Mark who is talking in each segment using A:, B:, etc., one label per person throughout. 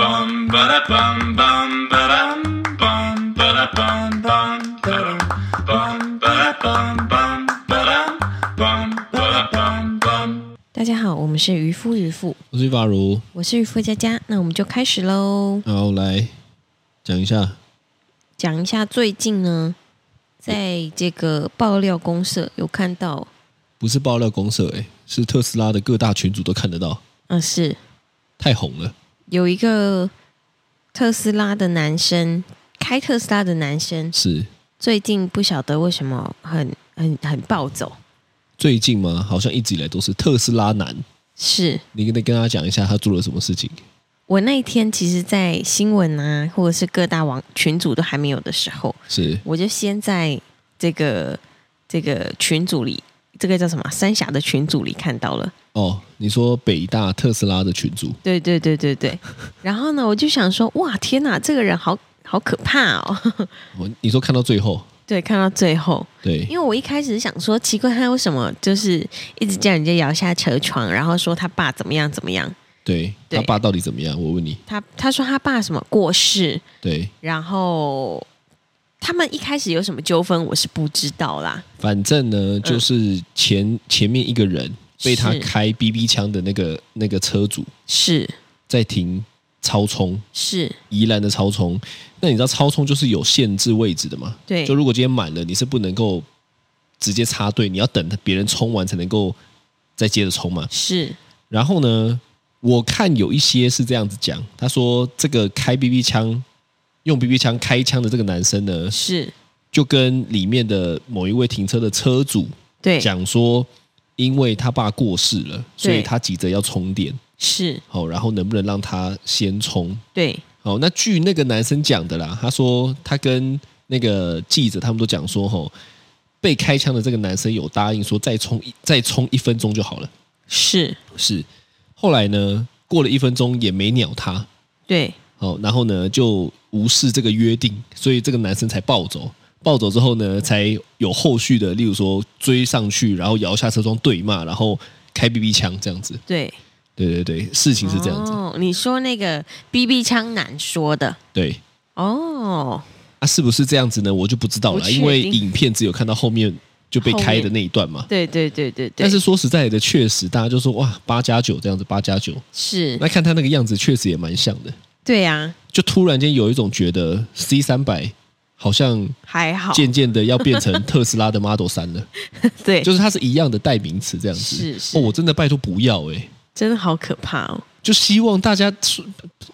A: bum ba da bum bum ba dum bum ba da bum bum ba dum bum ba da bum bum ba dum bum ba da bum bum.
B: 大家好，我们是渔夫渔妇，
C: 我是法如，
B: 我是渔夫佳佳，那我们就开始喽。
C: 然后来讲一下，
B: 讲一下最近呢，在这个爆料公社有看到，
C: 不是爆料公社、欸，是特斯拉的各大群组都看得到，
B: 嗯、是
C: 太红了。
B: 有一个特斯拉的男生，开特斯拉的男生，
C: 是
B: 最近不晓得为什么很很很暴走，
C: 最近吗？好像一直以来都是特斯拉男。
B: 是
C: 你跟跟他讲一下他做了什么事情？
B: 我那一天其实，在新闻啊，或者是各大网群组都还没有的时候，
C: 是
B: 我就先在这个这个群组里，这个叫什么三峡的群组里看到了。
C: 哦，你说北大特斯拉的群主
B: 对对对对对。然后呢，我就想说，哇，天哪，这个人好好可怕哦！
C: 哦，你说看到最后，
B: 对，看到最后，
C: 对
B: 因为我一开始想说，奇怪，他为什么就是一直叫人家摇下车窗，然后说他爸怎么样怎么样？
C: 对，
B: 对
C: 他爸到底怎么样？我问你，
B: 他他说他爸什么过世，
C: 对，
B: 然后他们一开始有什么纠纷，我是不知道啦。
C: 反正呢，就是前、前面一个人被他
B: 嗯是
C: 开 BB 枪的那个那个车主
B: 是
C: 在停超冲，
B: 是，
C: 宜兰的超充，那你知道超充就是有限制位置的嘛？
B: 对
C: 就如果今天满了，你是不能够直接插队，你要等别人充完才能够再接着充嘛。
B: 是
C: 然后呢，我看有一些是这样子讲，他说这个开 BB 枪、用 BB 枪开枪的这个男生呢，
B: 是，
C: 就跟里面的某一位停车的车主
B: 对，
C: 讲说，因为他爸过世了，所以
B: 对
C: 他急着要充电，
B: 是，
C: 好，然后能不能让他先充？
B: 对，
C: 哦，那据那个男生讲的啦，他说他跟那个记者他们都讲说，吼，被开枪的这个男生有答应说再冲一再冲一分钟就好了。
B: 是，
C: 是，后来呢，过了一分钟也没鸟他，
B: 对，
C: 哦，然后呢就无视这个约定，所以这个男生才暴走。暴走之后呢，才有后续的，例如说追上去，然后摇下车窗对骂，然后开 BB 枪这样子。
B: 对，
C: 对对对，事情是这样子。
B: 哦，你说那个 BB 枪男说的
C: 对，
B: 哦，
C: 啊，是不是这样子呢？我就不知道
B: 不
C: 了，
B: 确定
C: 因为影片只有看到后面就被开的那一段嘛。
B: 对对对对对，
C: 但是说实在的，确实大家就说哇，八加九这样子，八加九。
B: 是
C: 那看他那个样子，确实也蛮像的。
B: 对啊，
C: 就突然间有一种觉得 C 三百好像
B: 还好，
C: 渐渐的要变 成特斯拉的 Model 三了，
B: 对，
C: 就是它是一样的代名词这样子。
B: 是是
C: 哦，我真的拜托不要哎、
B: 真的好可怕哦，
C: 就希望大家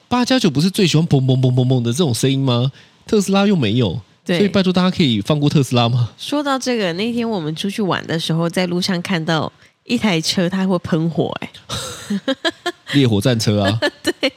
C: 八加九不是最喜欢嘣嘣嘣嘣嘣的这种声音吗？特斯拉又没有，
B: 对
C: 所以拜托大家可以放过特斯拉吗？
B: 说到这个，那天我们出去玩的时候，在路上看到一台车，它会喷火、哎，
C: 烈火战车 啊。对，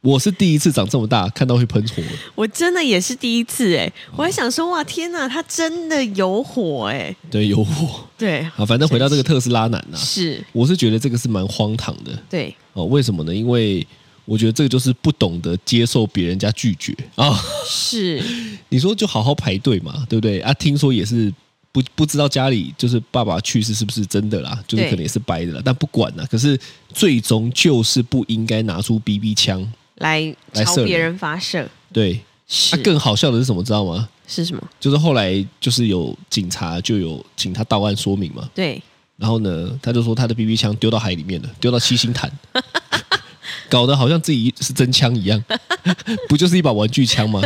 C: 我是第一次长这么大看到会喷火的，
B: 我真的也是第一次、哎，我还想说，哇，天哪，它真的有火、哎，
C: 对，有 火
B: 对，
C: 啊。反正回到这个特斯拉男啊，
B: 是，
C: 我是觉得这个是蛮荒唐的
B: 对，
C: 哦。为什么呢？因为我觉得这个就是不懂得接受别人家拒绝啊、
B: 是，
C: 你说就好好排队嘛，对不对啊？听说也是。不不知道家里就是爸爸去世是不是真的啦，就是
B: 对
C: 可能也是掰的啦，但不管啦。可是最终就是不应该拿出 BB 枪，
B: 来
C: 来
B: 朝
C: 射人
B: 别人发射，
C: 对。
B: 是、
C: 啊，更好笑的是什么，知道吗？
B: 是什么？
C: 就是后来就是有警察就有请他到案说明嘛，
B: 对，
C: 然后呢，他就说他的 BB 枪丢到海里面了，丢到七星 潭，搞得好像自己是真枪一样， 不就是一把玩具枪吗？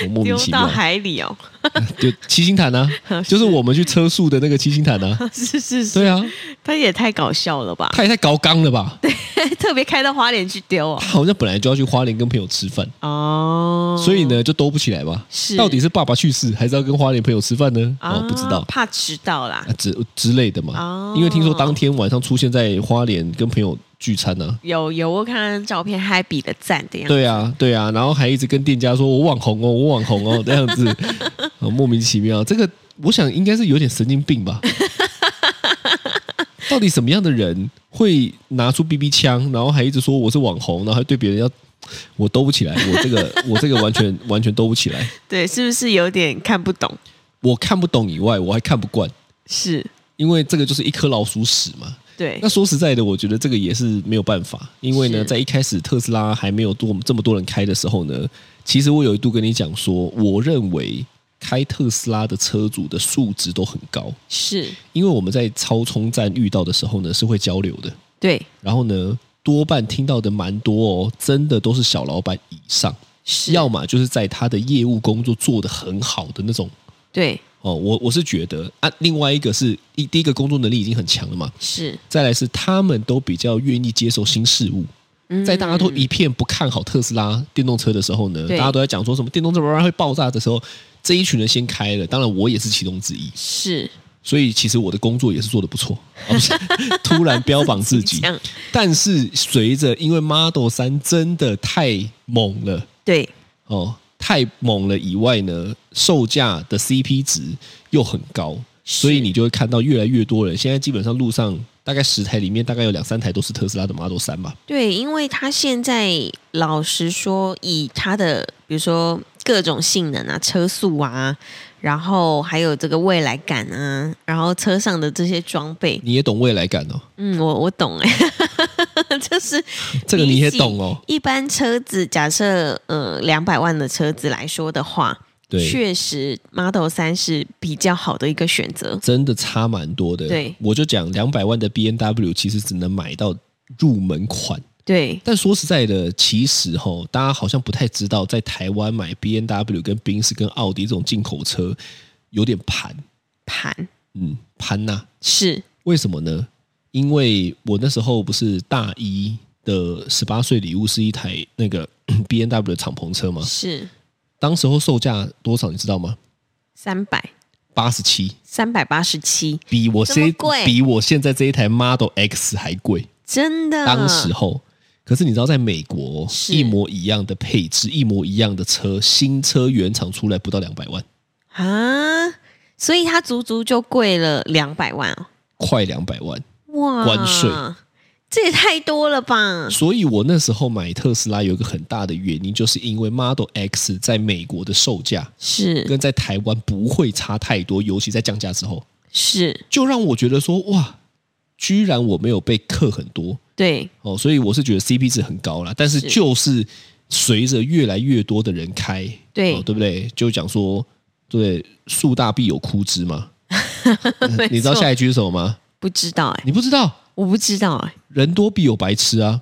C: 我莫名
B: 丢
C: 其
B: 到
C: 妙，
B: 海里哦，
C: 就七星潭啊，就是我们去车速的那个七星潭啊，
B: 是是是，
C: 对啊，
B: 他也太搞笑了吧！
C: 他也太高纲了吧？
B: 特别开到花莲去丢哦
C: 他。好像本来就要去花莲跟朋友吃饭，
B: 哦，
C: 所以呢就兜不起来嘛。
B: 是
C: 到底是爸爸去世，还是要跟花莲朋友吃饭呢？
B: 啊、
C: 哦，不知道。
B: 怕迟到啦
C: 啊。之之类的嘛。
B: 哦
C: 因为听说当天晚上出现在花莲跟朋友聚餐呢、
B: 有有，我看照片还比了赞的样子。
C: 对啊，对啊，然后还一直跟店家说“我网红哦，我网红哦”这样子，啊莫名其妙。这个我想应该是有点神经病吧。到底什么样的人会拿出 BB 枪，然后还一直说我是网红，然后还对别人要我兜不起来，我这个我这个完全完全兜不起来。
B: 对，是不是有点看不懂？
C: 我看不懂以外，我还看不惯，
B: 是
C: 因为这个就是一颗老鼠屎嘛。
B: 对
C: 那，说实在的，我觉得这个也是没有办法，因为呢，
B: 是
C: 在一开始特斯拉还没有多这么多人开的时候呢，其实我有一度跟你讲说，我认为开特斯拉的车主的素质都很高，
B: 是，
C: 因为我们在超充站遇到的时候呢，是会交流的，
B: 对，
C: 然后呢，多半听到的蛮多哦，真的都是小老板以上，
B: 是，
C: 要么就是在他的业务工作做得很好的那种。
B: 对，
C: 哦，我我是觉得啊，另外一个是一第一个工作能力已经很强了嘛，
B: 是，
C: 再来是他们都比较愿意接受新事物。
B: 嗯
C: 在大家都一片不看好特斯拉电动车的时候呢，
B: 对
C: 大家都在讲说什么电动车慢慢会爆炸的时候，这一群人先开了。当然，我也是其中之一，
B: 是
C: 所以其实我的工作也是做得不错，啊、不是突然标 榜自己
B: 这。样，
C: 但是随着因为 Model 三真的太猛了
B: 对，
C: 哦，太猛了以外呢，售价的 CP 值又很高，所以
B: 是
C: 你就会看到越来越多人。现在基本上路上大概十台里面，大概有两三台都是特斯拉的 Model 三吧。
B: 对，因为它现在老实说，以它的比如说各种性能啊、车速啊，然后还有这个未来感啊，然后车上的这些装备，
C: 你也懂未来感哦。
B: 嗯，我我懂哎、欸， 就是
C: 这个你也懂哦。
B: 一般车子，假设呃两百万的车子来说的话，
C: 对，
B: 确实 Model 三是比较好的一个选择。
C: 真的差蛮多的。
B: 对
C: 我就讲两百万的 B N W 其实只能买到入门款，
B: 对，
C: 但说实在的，其实哈、大家好像不太知道，在台湾买 B N W 跟宾士跟奥迪这种进口车有点盘，
B: 盘
C: 嗯，盘呐、
B: 是
C: 为什么呢？因为我那时候不是大一的十八岁礼物是一台那个 B N W 的敞篷车吗？
B: 是
C: 当时候售价多少你知道吗？
B: 三百
C: 八十七。
B: 三百八十七，
C: 比我
B: 这
C: 现
B: 么贵
C: 比我现在这一台 Model X 还贵，
B: 真的，
C: 当时候。可是你知道，在美国、哦、
B: 嗯是
C: 一模一样的配置、一模一样的车，新车原厂出来不到两百万，
B: 啊，所以它足足就贵了两百万哦，
C: 快两百万。
B: 哇，
C: 关税，
B: 这也太多了吧？
C: 所以我那时候买特斯拉有一个很大的原因，就是因为 Model X 在美国的售价
B: 是
C: 跟在台湾不会差太多，尤其在降价之后，
B: 是，
C: 就让我觉得说，哇，居然我没有被克很多。
B: 对，
C: 哦，所以我是觉得 CP 值很高啦，但是
B: 是
C: 就是随着越来越多的人开，
B: 对
C: 哦、对不对？就讲说，对，树大必有枯枝嘛。
B: 没
C: 哦呃你知道
B: 错
C: 下一句是什么吗？
B: 不知道哎、
C: 你不知道，
B: 我不知道哎、
C: 人多必有白痴 啊！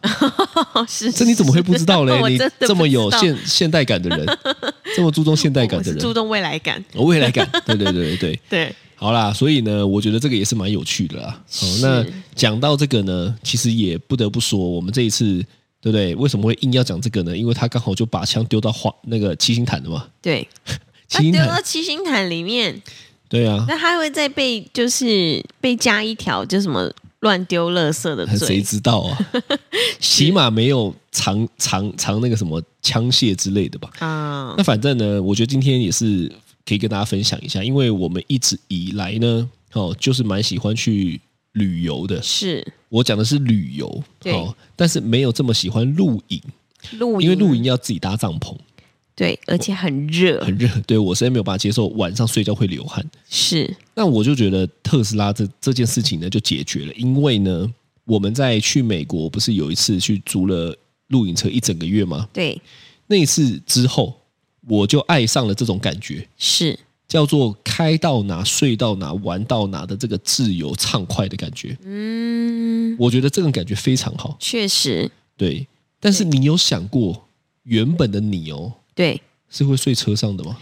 B: 哦，是
C: 这你怎么会不知道嘞？
B: 我
C: 你
B: 真的
C: 这么
B: 不知
C: 有
B: 道
C: 现现代感的人，这么注重现代感
B: 我
C: 的
B: 是注
C: 人，
B: 重未来感，
C: 哦未来感，对对对对对。
B: 对，
C: 好啦，所以呢，我觉得这个也是蛮有趣的啦。好，那
B: 是
C: 讲到这个呢，其实也不得不说，我们这一次对不对？为什么会硬要讲这个呢？因为他刚好就把枪丢到花那个七星潭了嘛。
B: 对，
C: 七
B: 它
C: 星
B: 啊丢
C: 潭，
B: 到七星潭里面，
C: 对啊，
B: 那它会再被就是被加一条就什么乱丢垃圾的
C: 谁
B: 罪，
C: 知 道啊？起码没有藏藏藏那个什么枪械之类的吧？
B: 啊
C: 那，反正呢，我觉得今天也是可以跟大家分享一下，因为我们一直以来呢，哦，就是蛮喜欢去旅游的。
B: 是
C: 我讲的是旅游，
B: 对
C: 哦，但是没有这么喜欢露营。
B: 露营，
C: 因为露营要自己搭帐篷，
B: 对，而且很热，
C: 很热，对我实在没有办法接受晚上睡觉会流汗。
B: 是
C: 那我就觉得特斯拉这这件事情呢就解决了，因为呢我们在去美国不是有一次去租了露营车一整个月吗？
B: 对，
C: 那一次之后，我就爱上了这种感觉，
B: 是
C: 叫做开到哪睡到哪玩到哪的这个自由畅快的感觉。
B: 嗯，
C: 我觉得这种感觉非常好，
B: 确实，
C: 对。但是你有想过原本的你哦
B: 对
C: 是会睡车上的吗？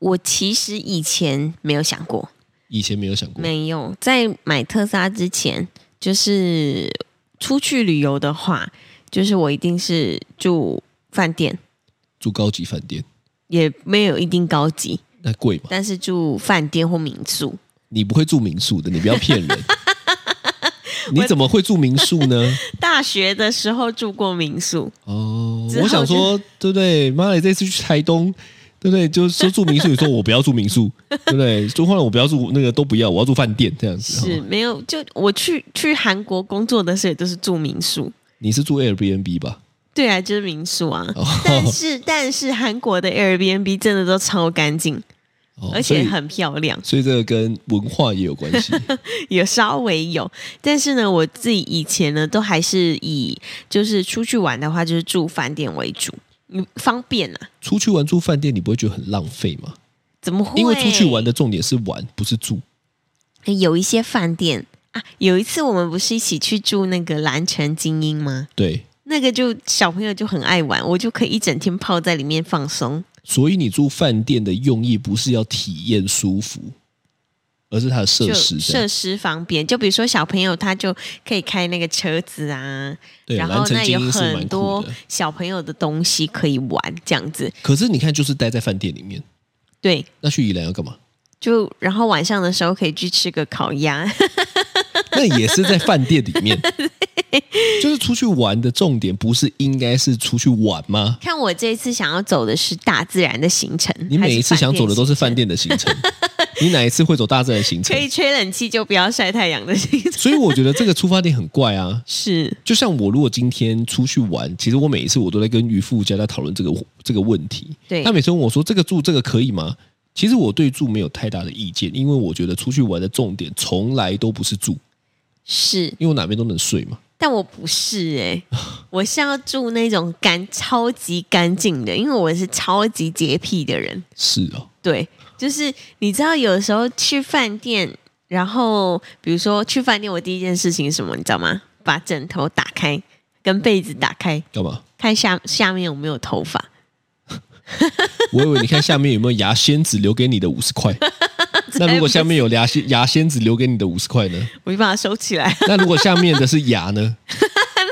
B: 我其实以前没有想过，
C: 以前没有想过，
B: 没有在买特斯拉之前，就是出去旅游的话，就是我一定是住饭店，
C: 住高级饭店，
B: 也没有一定高级，
C: 那贵嘛？
B: 但是住饭店或民宿，
C: 你不会住民宿的，你不要骗 人。你怎么会住民宿呢？
B: 大学的时候住过民宿，
C: 哦
B: 之，后
C: 我想说，对不对？妈的，这次去台东，对不对？就是说住民宿，你说我不要住民宿，对不对？就后来我不要住那个都不要，我要住饭店这样子。
B: 是
C: 哦
B: 没有就我去去韩国工作的时候也都是住民宿。
C: 你是住 Airbnb 吧？
B: 对啊，就是民宿啊，
C: 哦
B: 但是但是韩国的 Airbnb 真的都超干净，
C: 哦
B: 而
C: 所
B: 且
C: 以
B: 很漂亮，
C: 所以这个跟文化也有关 系。
B: 也稍微有。但是呢，我自己以前呢，都还是以就是出去玩的话，就是住饭店为主，嗯，方便啊。
C: 出去玩住饭店，你不会觉得很浪费吗？
B: 怎么会？
C: 因为出去玩的重点是玩，不是住。
B: 有一些饭店啊，有一次我们不是一起去住那个蓝城精英吗？
C: 对，
B: 那个就小朋友就很爱玩，我就可以一整天泡在里面放松。
C: 所以你住饭店的用意不是要体验舒服，而是它的设
B: 就
C: 施这样。
B: 设施方便，就比如说小朋友他就可以开那个车子啊，
C: 对，
B: 然
C: 蓝
B: 后
C: 城
B: 那有
C: 精英是蛮
B: 很
C: 酷
B: 多
C: 的。
B: 小朋友的东西可以玩，这样子
C: 可是你看，就是待在饭店里面，
B: 对。
C: 那去宜兰要干嘛？
B: 就然后晚上的时候可以去吃个烤鸭，
C: 那也是在饭店里面。就是出去玩的重点，不是应该是出去玩吗？
B: 看我这一次想要走的是大自然的行程，
C: 你每一次想走的都是饭
B: 店
C: 店的 行程，你哪一次会走大自然
B: 行
C: 行
B: 程，
C: 程
B: 可？以吹冷气就不要晒太阳的 行程。
C: 所以我觉得这个出发点很怪啊。
B: 是
C: 就像我如果今天出去玩，其实我每一次我都在跟渔夫家在讨论这个这个问题。
B: 对
C: 他每次问我说这个住这个可以吗？其实我对住没有太大的意见，因为我觉得出去玩的重点从来都不是住，
B: 是，
C: 因为我哪边都能睡嘛。
B: 但我不是 哎、我是要住那种干超级干净的，因为我是超级洁癖的人。
C: 是哦，
B: 对，就是你知道，有的时候去饭店，然后比如说去饭店，我第一件事情是什么，你知道吗？把枕头打开，跟被子打开，
C: 干嘛？
B: 看下下面有没有头发，
C: 我以为你看下面有没有牙仙子留给你的五十块。那如果下面有牙仙牙仙子留给你的五十块呢？
B: 我就把它收起来。
C: 那如果下面的是牙呢？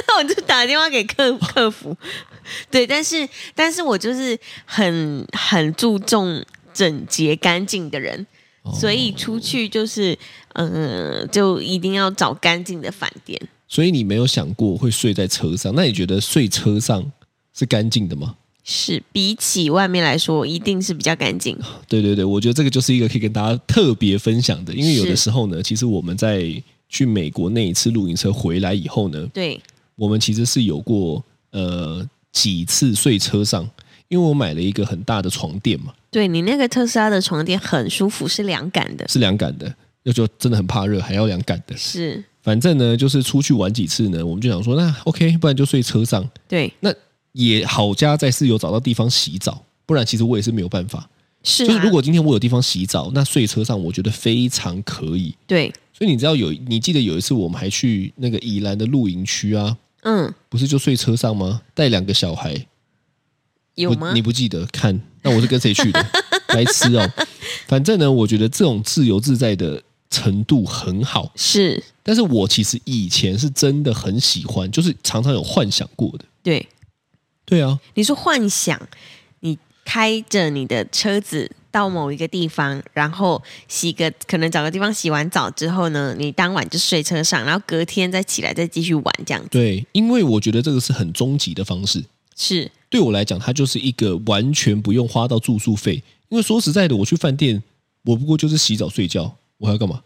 B: 那我就打电话给客客服。对，但是但是我就是很很注重整洁干净的人，所以出去就是嗯、呃就一定要找干净的饭店。
C: 所以你没有想过会睡在车上？那你觉得睡车上是干净的吗？
B: 是比起外面来说，一定是比较干净。
C: 对对对，我觉得这个就是一个可以跟大家特别分享的，因为有的
B: 是
C: 时候呢，其实我们在去美国那一次露营车回来以后呢，
B: 对，
C: 我们其实是有过呃几次睡车上，因为我买了一个很大的床垫嘛，
B: 对你那个特斯拉的床垫很舒服，是凉感的，
C: 是凉感的，又就真的很怕热，还要凉感的。
B: 是
C: 反正呢，就是出去玩几次呢，我们就想说，那 OK，不然就睡车上。
B: 对，
C: 那也好家在是有找到地方洗澡，不然其实我也是没有办法。
B: 是、啊。
C: 就是如果今天我有地方洗澡，那睡车上我觉得非常可以。
B: 对，
C: 所以你知道有，你记得有一次我们还去那个宜兰的露营区啊，
B: 嗯，
C: 不是就睡车上吗？带两个小孩，
B: 有
C: 不
B: 吗
C: 你？不记得？看，那我是跟谁去 的？白痴哦！反正呢，我觉得这种自由自在的程度很好，
B: 是，
C: 但是我其实以前是真的很喜欢，就是常常有幻想过的。
B: 对，
C: 对啊，
B: 你说幻想，你开着你的车子到某一个地方，然后洗个可能找个地方洗完澡之后呢，你当晚就睡车上，然后隔天再起来再继续玩，这样子
C: 对，因为我觉得这个是很终极的方式。
B: 是
C: 对我来讲，它就是一个完全不用花到住宿费，因为说实在的，我去饭店，我不过就是洗澡睡觉，我还要干嘛？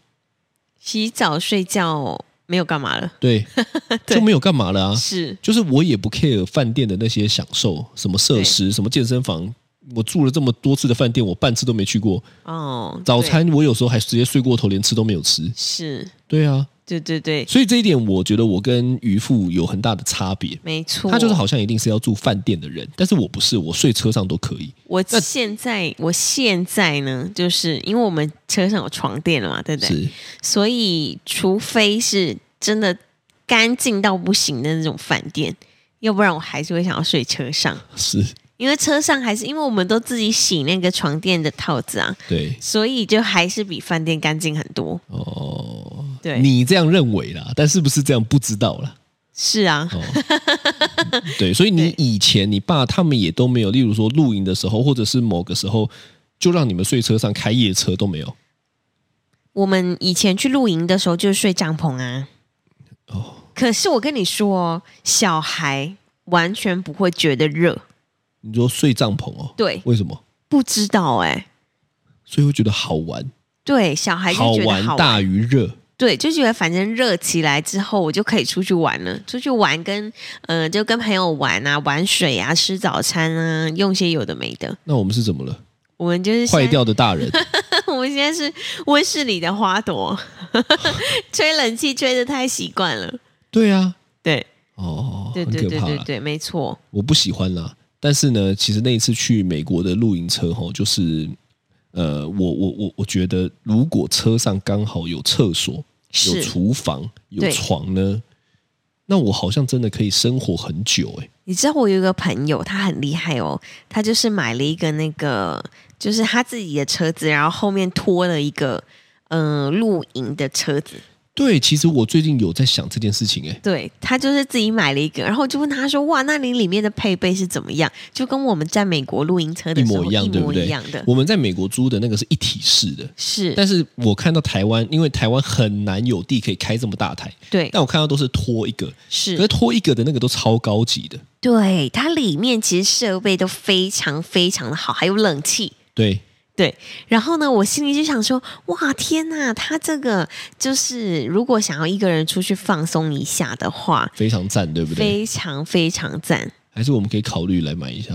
B: 洗澡睡觉没有干嘛了，
C: 对，
B: 对
C: 就没有干嘛了啊。
B: 是
C: 就是我也不 care 饭店的那些享受，什么设施，什么健身房。我住了这么多次的饭店，我半次都没去过。
B: 哦，
C: 早
B: 对
C: 餐我有时候还直接睡过头，连吃都没有吃。
B: 是，
C: 对啊，
B: 对对对，
C: 所以这一点我觉得我跟渔夫有很大的差别。
B: 没错，
C: 他就是好像一定是要住饭店的人，但是我不是，我睡车上都可以。
B: 我
C: 那
B: 现在我现在呢，就是因为我们车上有床垫了嘛，对不对？
C: 是，
B: 所以除非是真的干净到不行的那种饭店，要不然我还是会想要睡车上，
C: 是，
B: 因为车上还是因为我们都自己洗那个床垫的套子啊，
C: 对。
B: 所以就还是比饭店干净很多。
C: 哦，
B: 对
C: 你这样认为啦，但是不是这样不知道啦。
B: 是啊，
C: 哦， 对，所以你
B: 对
C: 以前你爸他们也都没有，例如说露营的时候，或者是某个时候就让你们睡车上开夜车都没有。
B: 我们以前去露营的时候就是睡帐篷啊。
C: 哦
B: 可是我跟你说哦，小孩完全不会觉得热，
C: 你说睡帐篷哦？
B: 对，
C: 为什么？
B: 不知道哎、
C: 所以会觉得好玩，
B: 对，小孩就
C: 好
B: 觉得
C: 玩大于热。
B: 对，就觉得反正热起来之后，我就可以出去玩了。出去玩跟呃，就跟朋友玩啊，玩水啊，吃早餐啊，用些有的没的。
C: 那我们是怎么了？
B: 我们就是现在
C: 坏掉的大人，
B: 我们现在是温室里的花朵，吹冷气吹的太习惯了。
C: 对啊，
B: 对
C: 哦，
B: 对
C: 很
B: 对
C: 可
B: 对
C: 怕
B: 对
C: 啦，
B: 对，没错。
C: 我不喜欢啦。但是呢，其实那一次去美国的露营车吼，就是呃，我我我我觉得，如果车上刚好有厕所、有
B: 是
C: 厨房、有
B: 对
C: 床呢，那我好像真的可以生活很久哎、
B: 你知道我有一个朋友，他很厉害哦，他就是买了一个那个，就是他自己的车子，然后后面拖了一个嗯、呃露营的车子。
C: 对，其实我最近有在想这件事情哎、
B: 对他就是自己买了一个，然后我就问他说：“哇，那你里面的配备是怎么样？”就跟我们在美国露营车
C: 一
B: 的时候
C: 模一样，对不
B: 模
C: 对？
B: 一样的，
C: 我们在美国租的那个是一体式的，
B: 是
C: 但是我看到台湾，因为台湾很难有地可以开这么大台，
B: 对，
C: 但我看到都是拖一个，可是
B: 是
C: 拖一个的那个都超高级的，
B: 对，它里面其实设备都非常非常的好，还有冷气。
C: 对，
B: 对，然后呢，我心里就想说，哇，天呐，他这个就是如果想要一个人出去放松一下的话，
C: 非常赞，对不对？
B: 非常非常赞。
C: 还是我们可以考虑来买一下，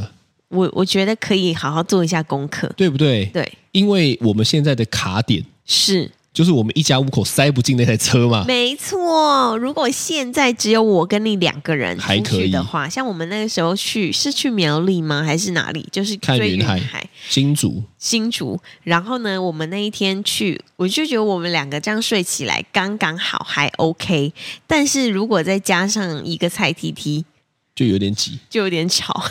B: 我我觉得可以好好做一下功课。
C: 对不对？
B: 对，
C: 因为我们现在的卡点
B: 是
C: 就是我们一家五口塞不进那台车嘛，
B: 没错。如果现在只有我跟你两个人
C: 还
B: 出
C: 可
B: 去
C: 以
B: 的话，像我们那个时候去是去苗栗吗？还是哪里？就是
C: 看
B: 追
C: 云海
B: 海
C: 新竹
B: 新竹，然后呢，我们那一天去，我就觉得我们两个这样睡起来刚刚好，还 OK。但是如果再加上一个菜 T T，
C: 就有点挤，
B: 就有点吵，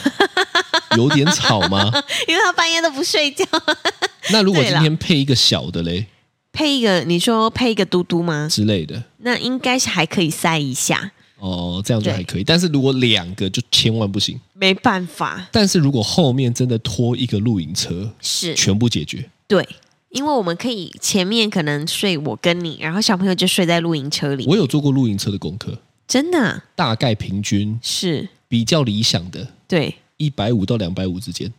C: 有点吵吗？
B: 因为他半夜都不睡觉。
C: 那如果今
B: 对
C: 天配一个小的嘞
B: 配一个，你说配一个嘟嘟吗？
C: 之类的，
B: 那应该是还可以塞一下，
C: 哦，这样就
B: 对
C: 还可以。但是如果两个就千万不行。
B: 没办法，
C: 但是如果后面真的拖一个露营车，
B: 是
C: 全部解决，
B: 对。因为我们可以前面可能睡我跟你，然后小朋友就睡在露营车里，
C: 我有做过露营车的功课，
B: 真的啊
C: 大概平均
B: 是
C: 比较理想的，
B: 对
C: 一百五到两百五之间，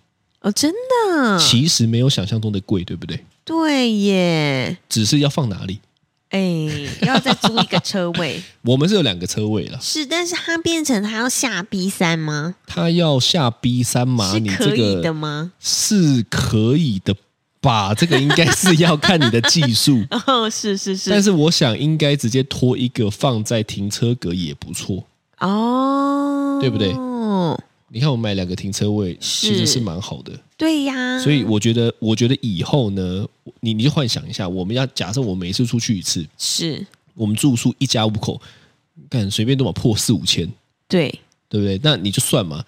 B: 哦，真的啊
C: 其实没有想象中的贵，对不对？
B: 对耶，
C: 只是要放哪里？
B: 哎，要再租一个车 位
C: 我们是有两个车位了，
B: 是，但是它变成它要下 B 三吗？
C: 他要下 B 三嘛，
B: 是
C: 你
B: 可
C: 这
B: 以的
C: 个
B: 吗？，
C: 是可以的吧？这个应该是要看你的技术
B: 哦，是是
C: 但
B: 是，
C: 是我想应该直接拖一个放在停车格也不错。
B: 哦，
C: 对不对
B: 哦，
C: 你看，我买两个停车位其实是蛮好的，
B: 对呀，
C: 所以我觉得，我觉得以后呢，你你就幻想一下，我们要假设我每次出去一次，
B: 是
C: 我们住宿一家五口，干随便都嘛破四五千，
B: 对
C: 对不对？那你就算嘛，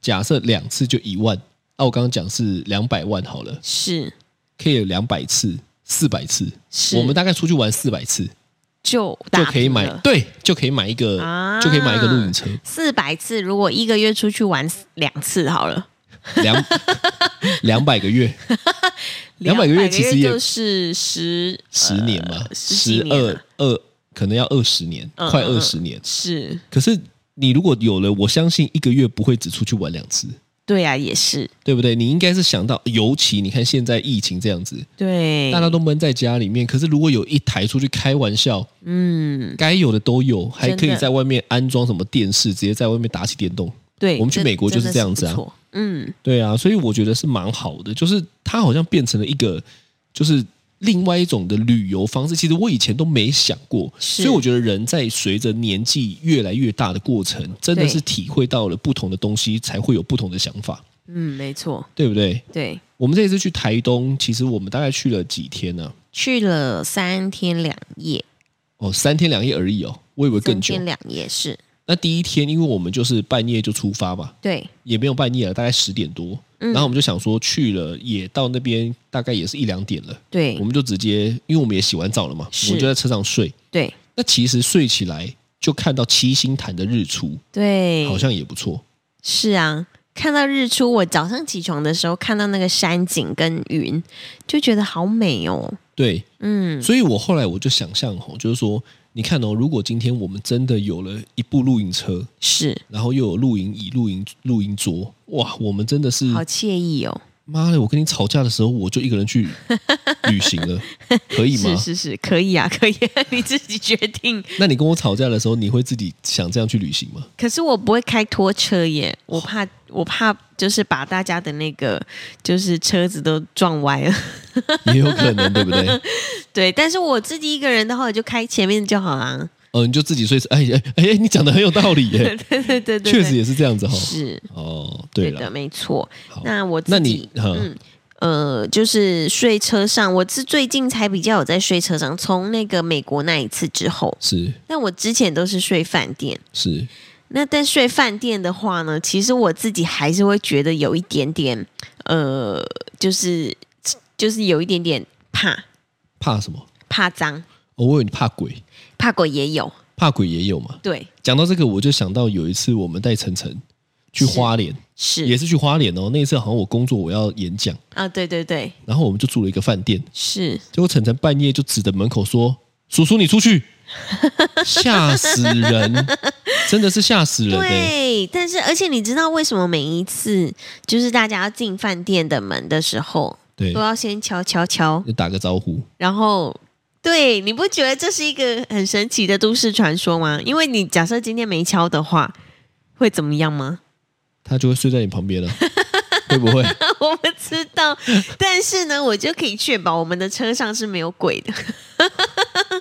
C: 假设两次就一万，那我刚刚讲是两百万好了，
B: 是
C: 可以有两百次、四百次，
B: 是，
C: 我们大概出去玩四百次
B: 就
C: 就可以买，对，就可以买一个，
B: 啊
C: 就可以买一个露营车，
B: 四百次，如果一个月出去玩两次好了，
C: 两 两百个月，两百
B: 个
C: 个月其实也
B: 就是十呃
C: 十年嘛，
B: 十几
C: 十
B: 年
C: 二
B: 了
C: 二可能要二十年，
B: 嗯
C: 快
B: 嗯嗯
C: 二十年。
B: 是，
C: 可是你如果有了，我相信一个月不会只出去玩两次，
B: 对呀，也是
C: 对不对？你应该是想到，尤其你看现在疫情这样子，
B: 对
C: 大，家都闷在家里面。可是如果有一台出去开玩笑，
B: 嗯，
C: 该有的都有，还可
B: 真
C: 以
B: 的
C: 在外面安装什么电视，直接在外面打起电动。
B: 对，
C: 我们去
B: 这
C: 美国就
B: 真
C: 是
B: 的
C: 这样子
B: 不
C: 啊
B: 错，嗯，
C: 对啊，所以我觉得是蛮好的，就是它好像变成了一个，就是另外一种的旅游方式。其实我以前都没想过，
B: 是
C: 所以我觉得人在随着年纪越来越大的过程，真的
B: 对
C: 是体会到了不同的东西，才会有不同的想法，
B: 嗯，没错，
C: 对不对？
B: 对，
C: 我们这一次去台东，其实我们大概去了几天呢、
B: 去了三天两夜，
C: 哦，三天两夜而已哦，我以为
B: 三
C: 更久
B: 天。两夜是，
C: 那第一天，因为我们就是半夜就出发嘛，
B: 对，
C: 也没有半夜了，大概十点多。
B: 嗯
C: 然后我们就想说去了，也到那边大概也是一两点了，我
B: 对，
C: 们就直接，因为我们也洗完澡了嘛，
B: 是
C: 我们就在车上睡。
B: 对，
C: 那其实睡起来就看到七星潭的日出，
B: 对，
C: 好像也不错。
B: 是啊。看到日出，我早上起床的时候看到那个山景跟云，就觉得好美哦。
C: 对，
B: 嗯，
C: 所以我后来我就想象吼，就是说，你看哦，如果今天我们真的有了一部露营车，
B: 是，
C: 然后又有露营椅、露营露营桌，哇，我们真的是
B: 好惬意哦。
C: 妈的，我跟你吵架的时候，我就一个人去 旅行了，可以吗
B: 是？是是，可以啊， 可以、啊，你自己决定。
C: 那你跟我吵架的时候，你会自己想这样去旅行吗？
B: 可是我不会开拖车耶，我怕我怕就是把大家的那个就是车子都撞歪了。
C: 也有可能，对不对？
B: 对，但是我自己一个人的话，我就开前面就好啦。
C: 哦，你就自己睡死。哎哎哎，你讲的很有道 理
B: 对
C: 耶，
B: 对对对对，
C: 确实也是这样子哈、哦。
B: 是
C: 哦，对
B: 的，
C: 了，
B: 没错
C: 好。
B: 那我
C: 那
B: 自
C: 你
B: 己
C: 哈、
B: 呃，就是睡车上，我是最近才比较有在睡车上，从那个美国那一次之后，
C: 是
B: 那我之前都是睡饭店。
C: 是
B: 那但睡饭店的话呢，其实我自己还是会觉得有一点点，呃，就是就是有一点点怕
C: 怕什么？
B: 怕脏，
C: 哦、我以为你怕鬼，
B: 怕鬼也有，
C: 怕鬼也有嘛。
B: 对，
C: 讲到这个，我就想到有一次我们带晨晨去花莲，也
B: 是
C: 是去花莲哦。那一次好像我工作我要演讲，
B: 啊，对对对，
C: 然后我们就住了一个饭店，
B: 是
C: 结果晨晨半夜就指着门口说：“叔叔，你出去！” 吓死人，真的是吓死人、欸。
B: 对，但是而且你知道为什么每一次就是大家要进饭店的门的时候，
C: 对
B: 都要先敲敲敲，
C: 就打个招呼。
B: 然后。对，你不觉得这是一个很神奇的都市传说吗？因为你假设今天没敲的话，会怎么样吗？
C: 他就会睡在你旁边了，会不会？
B: 我不知道，但是呢，我就可以确保我们的车上是没有鬼的。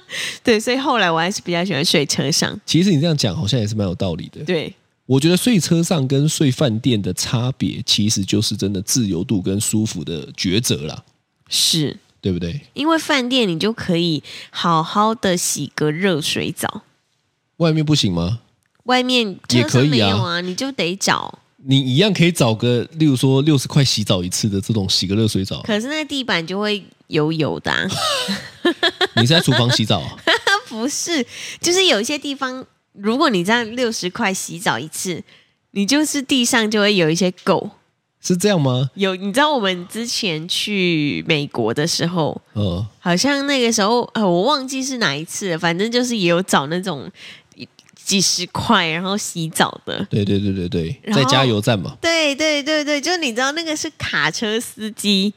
B: 对，所以后来我还是比较喜欢睡车上。
C: 其实你这样讲好像也是蛮有道理的。
B: 对，
C: 我觉得睡车上跟睡饭店的差别，其实就是真的自由度跟舒服的抉择啦，
B: 是
C: 对不对？
B: 因为饭店你就可以好好的洗个热水澡，
C: 外面不行吗？
B: 外面车
C: 也可
B: 上
C: 以
B: 没
C: 啊
B: 有啊，你就得找。
C: 你一样可以找个，例如说六十块洗澡一次的这种洗个热 水澡。
B: 可是那地板就会油油的、啊，
C: 你是在厨房洗澡啊、
B: 不是？就是有一些地方，如果你这样六十块洗澡一次，你就是地上就会有一些垢。
C: 是这样吗？
B: 有，你知道我们之前去美国的时候，
C: 呃，
B: 好像那个时候呃，我忘记是哪一次了，反正就是也有找那种一几十块然后洗澡的。
C: 对对对对对，
B: 然后
C: 在加油站嘛，
B: 对对对对，就你知道那个是卡车司机，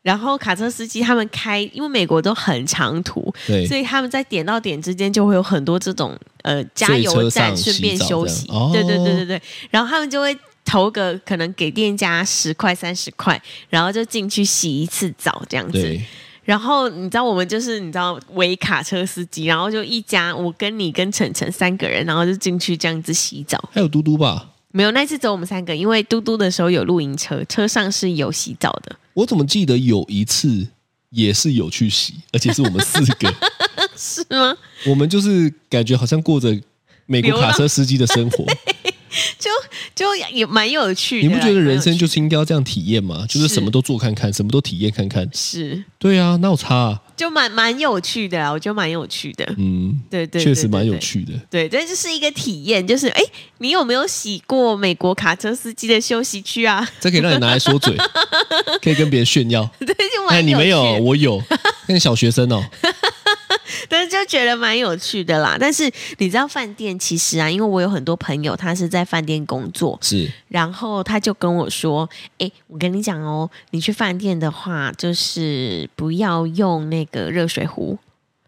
B: 然后卡车司机他们开，因为美国都很长途，
C: 对，
B: 所以他们在点到点之间就会有很多这种呃加油站
C: 睡车上
B: 顺便休息
C: 洗澡，这
B: 对
C: 样
B: 对
C: 哦
B: 对对对，然后他们就会投个可能给店家十块三十块，然后就进去洗一次澡这样子。
C: 对
B: 然后你知道我们就是你知道围卡车司机，然后就一家我跟你跟晨晨三个人，然后就进去这样子洗澡。
C: 还有嘟嘟吧？
B: 没有那次只有我们三个，因为嘟嘟的时候有露营车，车上是有洗澡的，
C: 我怎么记得有一次也是有去洗，而且是我们四个。
B: 是吗？
C: 我们就是感觉好像过着美国卡车司机的生活，
B: 就就也蛮有趣的
C: 你
B: 啦。
C: 不觉得人
B: 蛮有
C: 生
B: 趣
C: 就是应该要这样体验吗？就是什么都做看看，什么都体验看看。
B: 是
C: 对啊，那有差、啊，
B: 就蛮蛮有趣的啦，我觉得蛮有趣的。
C: 嗯，
B: 对对，对
C: 确实蛮有。趣的。
B: 对对对，这就是一个体验，就是哎，你有没有洗过美国卡车司机的休息区啊？
C: 这可以让你拿来说嘴，可以跟别人炫耀。
B: 对，就
C: 哎，
B: 蛮
C: 你没有，
B: 有趣
C: 我有。那你小学生哦，
B: 的，但是就觉得蛮有趣的啦。但是你知道饭店其实啊，因为我有很多朋友他是在饭店工作，
C: 是
B: 然后他就跟我说：“哎，我跟你讲哦，你去饭店的话，就是不要用那个热水壶，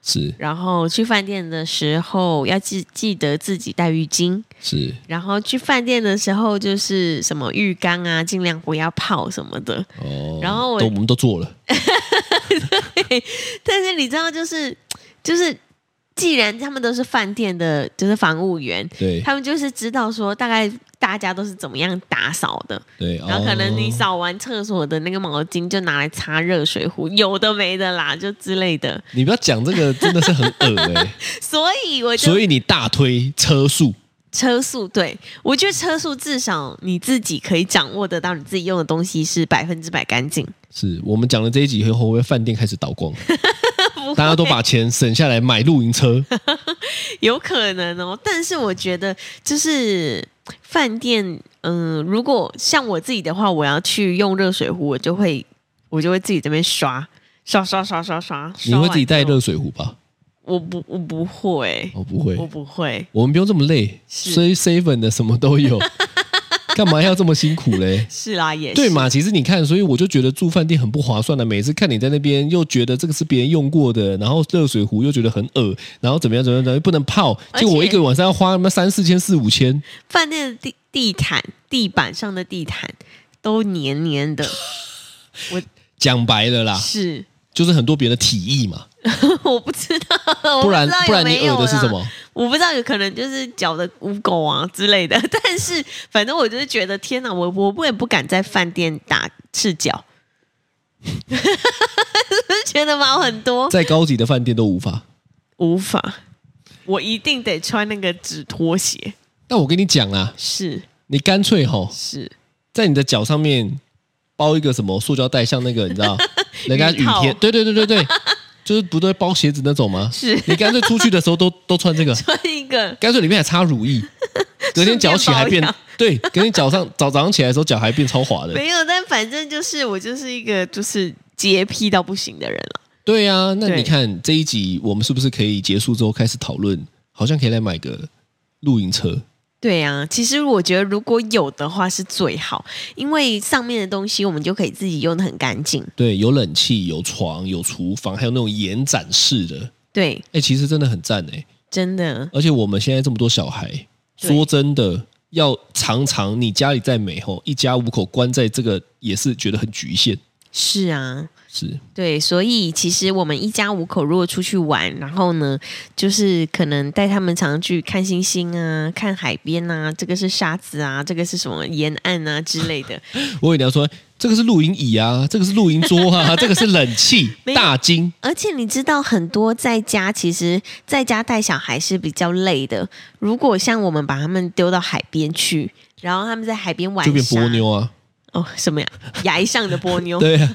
C: 是
B: 然后去饭店的时候要记记得自己带浴巾。”
C: 是，
B: 然后去饭店的时候，就是什么浴缸啊，尽量不要泡什么的。
C: 哦。
B: 然后我
C: 都我们都做了，
B: 但是你知道，就是就是，既然他们都是饭店的，就是房务员，
C: 对
B: 他们就是知道说大概大家都是怎么样打扫的。
C: 对。
B: 然后可能你
C: 哦
B: 扫完厕所的那个毛巾就拿来擦热水壶，有的没的啦，就之类的。
C: 你不要讲这个，真的是很 恶哎。
B: 所以我就
C: 所以你大推车速，
B: 车速，对我觉得车速至少你自己可以掌握得到，你自己用的东西是百分之百干净。
C: 是我们讲了这一集以后，会不会饭店开始 倒光？大家都把钱省下来买露 营车，
B: 有可能哦，但是我觉得就是饭店，嗯、如果像我自己的话，我要去用热水壶，我就会我就会自己这边刷刷刷刷刷刷。
C: 你
B: 刷
C: 会
B: 完
C: 自己带
B: 之后
C: 热？水壶吧？
B: 我不，我不会，
C: 哦，不会
B: 我，不会。
C: 我们不用这么累
B: 是
C: ，C seven 的什么都有。干嘛要这么辛苦嘞？
B: 是啦，也是
C: 对？嘛？其实你看，所以我就觉得住饭店很不划算的。啊每次看你在那边，又觉得这个是别人用过的，然后热水壶又觉得很恶，然后怎么样怎么样，怎么样不能泡。
B: 而且
C: 就我一个晚上要花他妈三四千、四五千，
B: 饭店的地地毯、地板上的地毯都黏黏的，
C: 讲白了啦，
B: 是
C: 就是很多别人的体议嘛。
B: 我不知道，我
C: 不然
B: 知道有啊
C: 不然你
B: 没有
C: 恶的是
B: 啦
C: 什？么？
B: 我不知道，有可能就是脚的污垢啊之类的。 但是反正我就是觉得，天哪，我我我也不敢在饭店打赤脚， 是不是觉得毛很多？
C: 再高级的饭店都无法。
B: 无法，我一定得穿那个纸拖鞋。
C: 但我跟你讲啊，
B: 是
C: 你干脆吼，
B: 是，
C: 在你的脚上面包一个什么塑胶袋，像那个你知 道，人家
B: 雨
C: 雨
B: 套
C: 天，对对对 对对，就是不都会包鞋子那种吗？
B: 是
C: 你干脆出去的时候都都穿这个，
B: 穿一个
C: 干脆里面还擦 乳液，隔天脚起还
B: 顺便
C: 变
B: 保养
C: 对，隔天早上早早上起来的时候脚还变超滑的。
B: 没有，但反正就是我就是一个就是洁癖到不行的人了。
C: 对呀、啊，那
B: 对
C: 你看这一集我们是不是可以结束之后开始讨论？好像可以来买个露营车，
B: 对呀、其实我觉得如果有的话是最好，因为上面的东西我们就可以自己用的很干净。
C: 对，有冷气、有床、有厨房，还有那种延展式的，
B: 对，
C: 哎，其实真的很赞哎、
B: 真的
C: 而且我们现在这么多小孩，
B: 对
C: 说真的，要常常你家里再美吼，一家五口关在这个也是觉得很局限。
B: 是啊，
C: 是，
B: 对，所以其实我们一家五口如果出去玩，然后呢，就是可能带他们常常去看星星啊，看海边啊，这个是沙子啊，这个是什么沿岸啊之类的。
C: 我跟你要说，这个是露营椅啊，这个是露营桌啊， 这个是冷气
B: 没、有
C: 大金，
B: 而且你知道，很多在家其实在家带小孩是比较累的。如果像我们把他们丢到海边去，然后他们在海边玩
C: 就变
B: 沙
C: 波妞啊。
B: 哦，什么呀？ 崖上的波妞，
C: 对啊，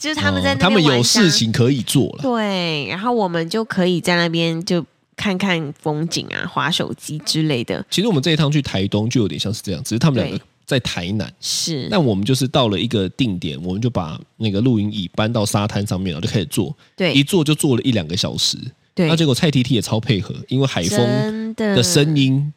B: 就是哦他们在
C: 哦
B: 那
C: 他们
B: 边玩、
C: 有事。情可以做了。
B: 对，然后我们就可以在那边就看看风景啊，划手机之类的。
C: 其实我们这一趟去台东就有点像是这样，只是他们两个
B: 对嗯
C: 在台南。
B: 是，
C: 但我们就是到了一个定点，我们就把那个露营椅搬到沙滩上面，然后就开始坐，一
B: 对
C: 坐就坐了一两个小时。
B: 对
C: 那，结果蔡 T T 也超配合，因为海风
B: 真的
C: 的声音，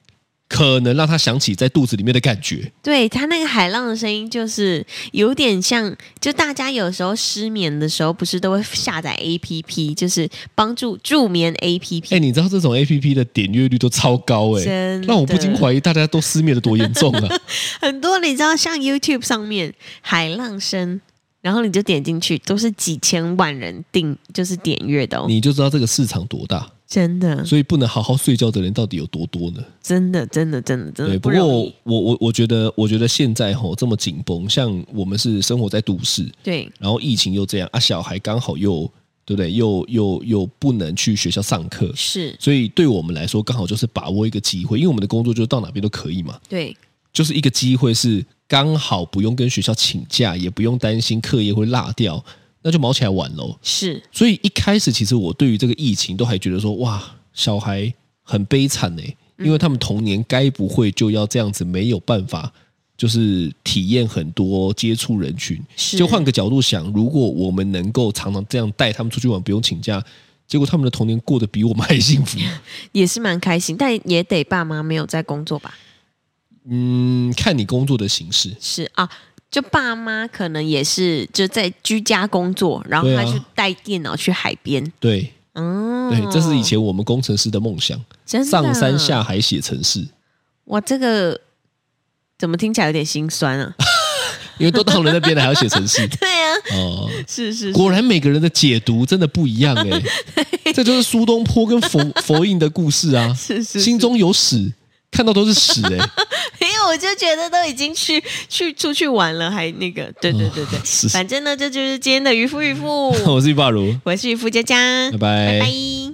C: 可能让他想起在肚子里面的感觉。
B: 对他那个海浪的声音，就是有点像，就大家有时候失眠的时候，不是都会下载 A P P，就是帮助助眠 A P P。
C: 哎，你知道这种 A P P 的点阅率都超高哎、
B: 真的
C: 让我不禁怀疑大家都失眠的多严 重啊！
B: 很多你知道，像 YouTube 上面海浪声，然后你就点进去，都是几千万人订，就是点阅的哦。
C: 你就知道这个市场多大，
B: 真的，
C: 所以不能好好睡觉的人到底有多多呢？
B: 真的，真的，真的，真
C: 对，
B: 的
C: 不
B: 嗯
C: 过
B: 容
C: 我
B: 易。
C: 我我觉得，我觉得现在吼这么紧绷，像我们是生活在都市，
B: 对，
C: 然后疫情又这样啊，小孩刚好又对不对，又又又不能去学校上课，
B: 是，
C: 所以对我们来说刚好就是把握一个机会，因为我们的工作就是到哪边都可以嘛。
B: 对，
C: 就是一个机会，是刚好不用跟学校请假，也不用担心课业会落掉，那就毛起来玩喽。
B: 是，
C: 所以一开始其实我对于这个疫情都还觉得说，哇，小孩很悲惨呢、因为他们童年该不会就要这样子没有办法，就是体验很多接触人群。
B: 是。
C: 就换个角度想，如果我们能够常常这样带他们出去玩，不用请假。结果他们的童年过得比我们还幸福，
B: 也是蛮开心，但也得爸妈没有在工作吧？
C: 嗯，看你工作的形式，
B: 是啊，就爸妈可能也是就在居家工作，然后
C: 对
B: 他
C: 啊
B: 去带电脑去海边。
C: 对
B: 哦，
C: 对，这是以前我们工程师的梦想。
B: 真的
C: 上山下海写程式，
B: 哇，这个怎么听起来有点心酸 啊？
C: 因为都到了那边了还要写 程式
B: 对啊，
C: 哦。
B: 是是是，
C: 果然每个人的解读真的不一样哎、 这就是苏东坡跟佛 佛印的故事啊，
B: 是是
C: 心中有屎，看到都是屎哎、
B: 因为我就觉得都已经去去出去玩了，还那个，对对对对，
C: 哦是
B: 反正呢，这就是今天的渔夫渔夫，
C: 我是玉霸如，
B: 我是渔夫佳佳，
C: 拜
B: 拜拜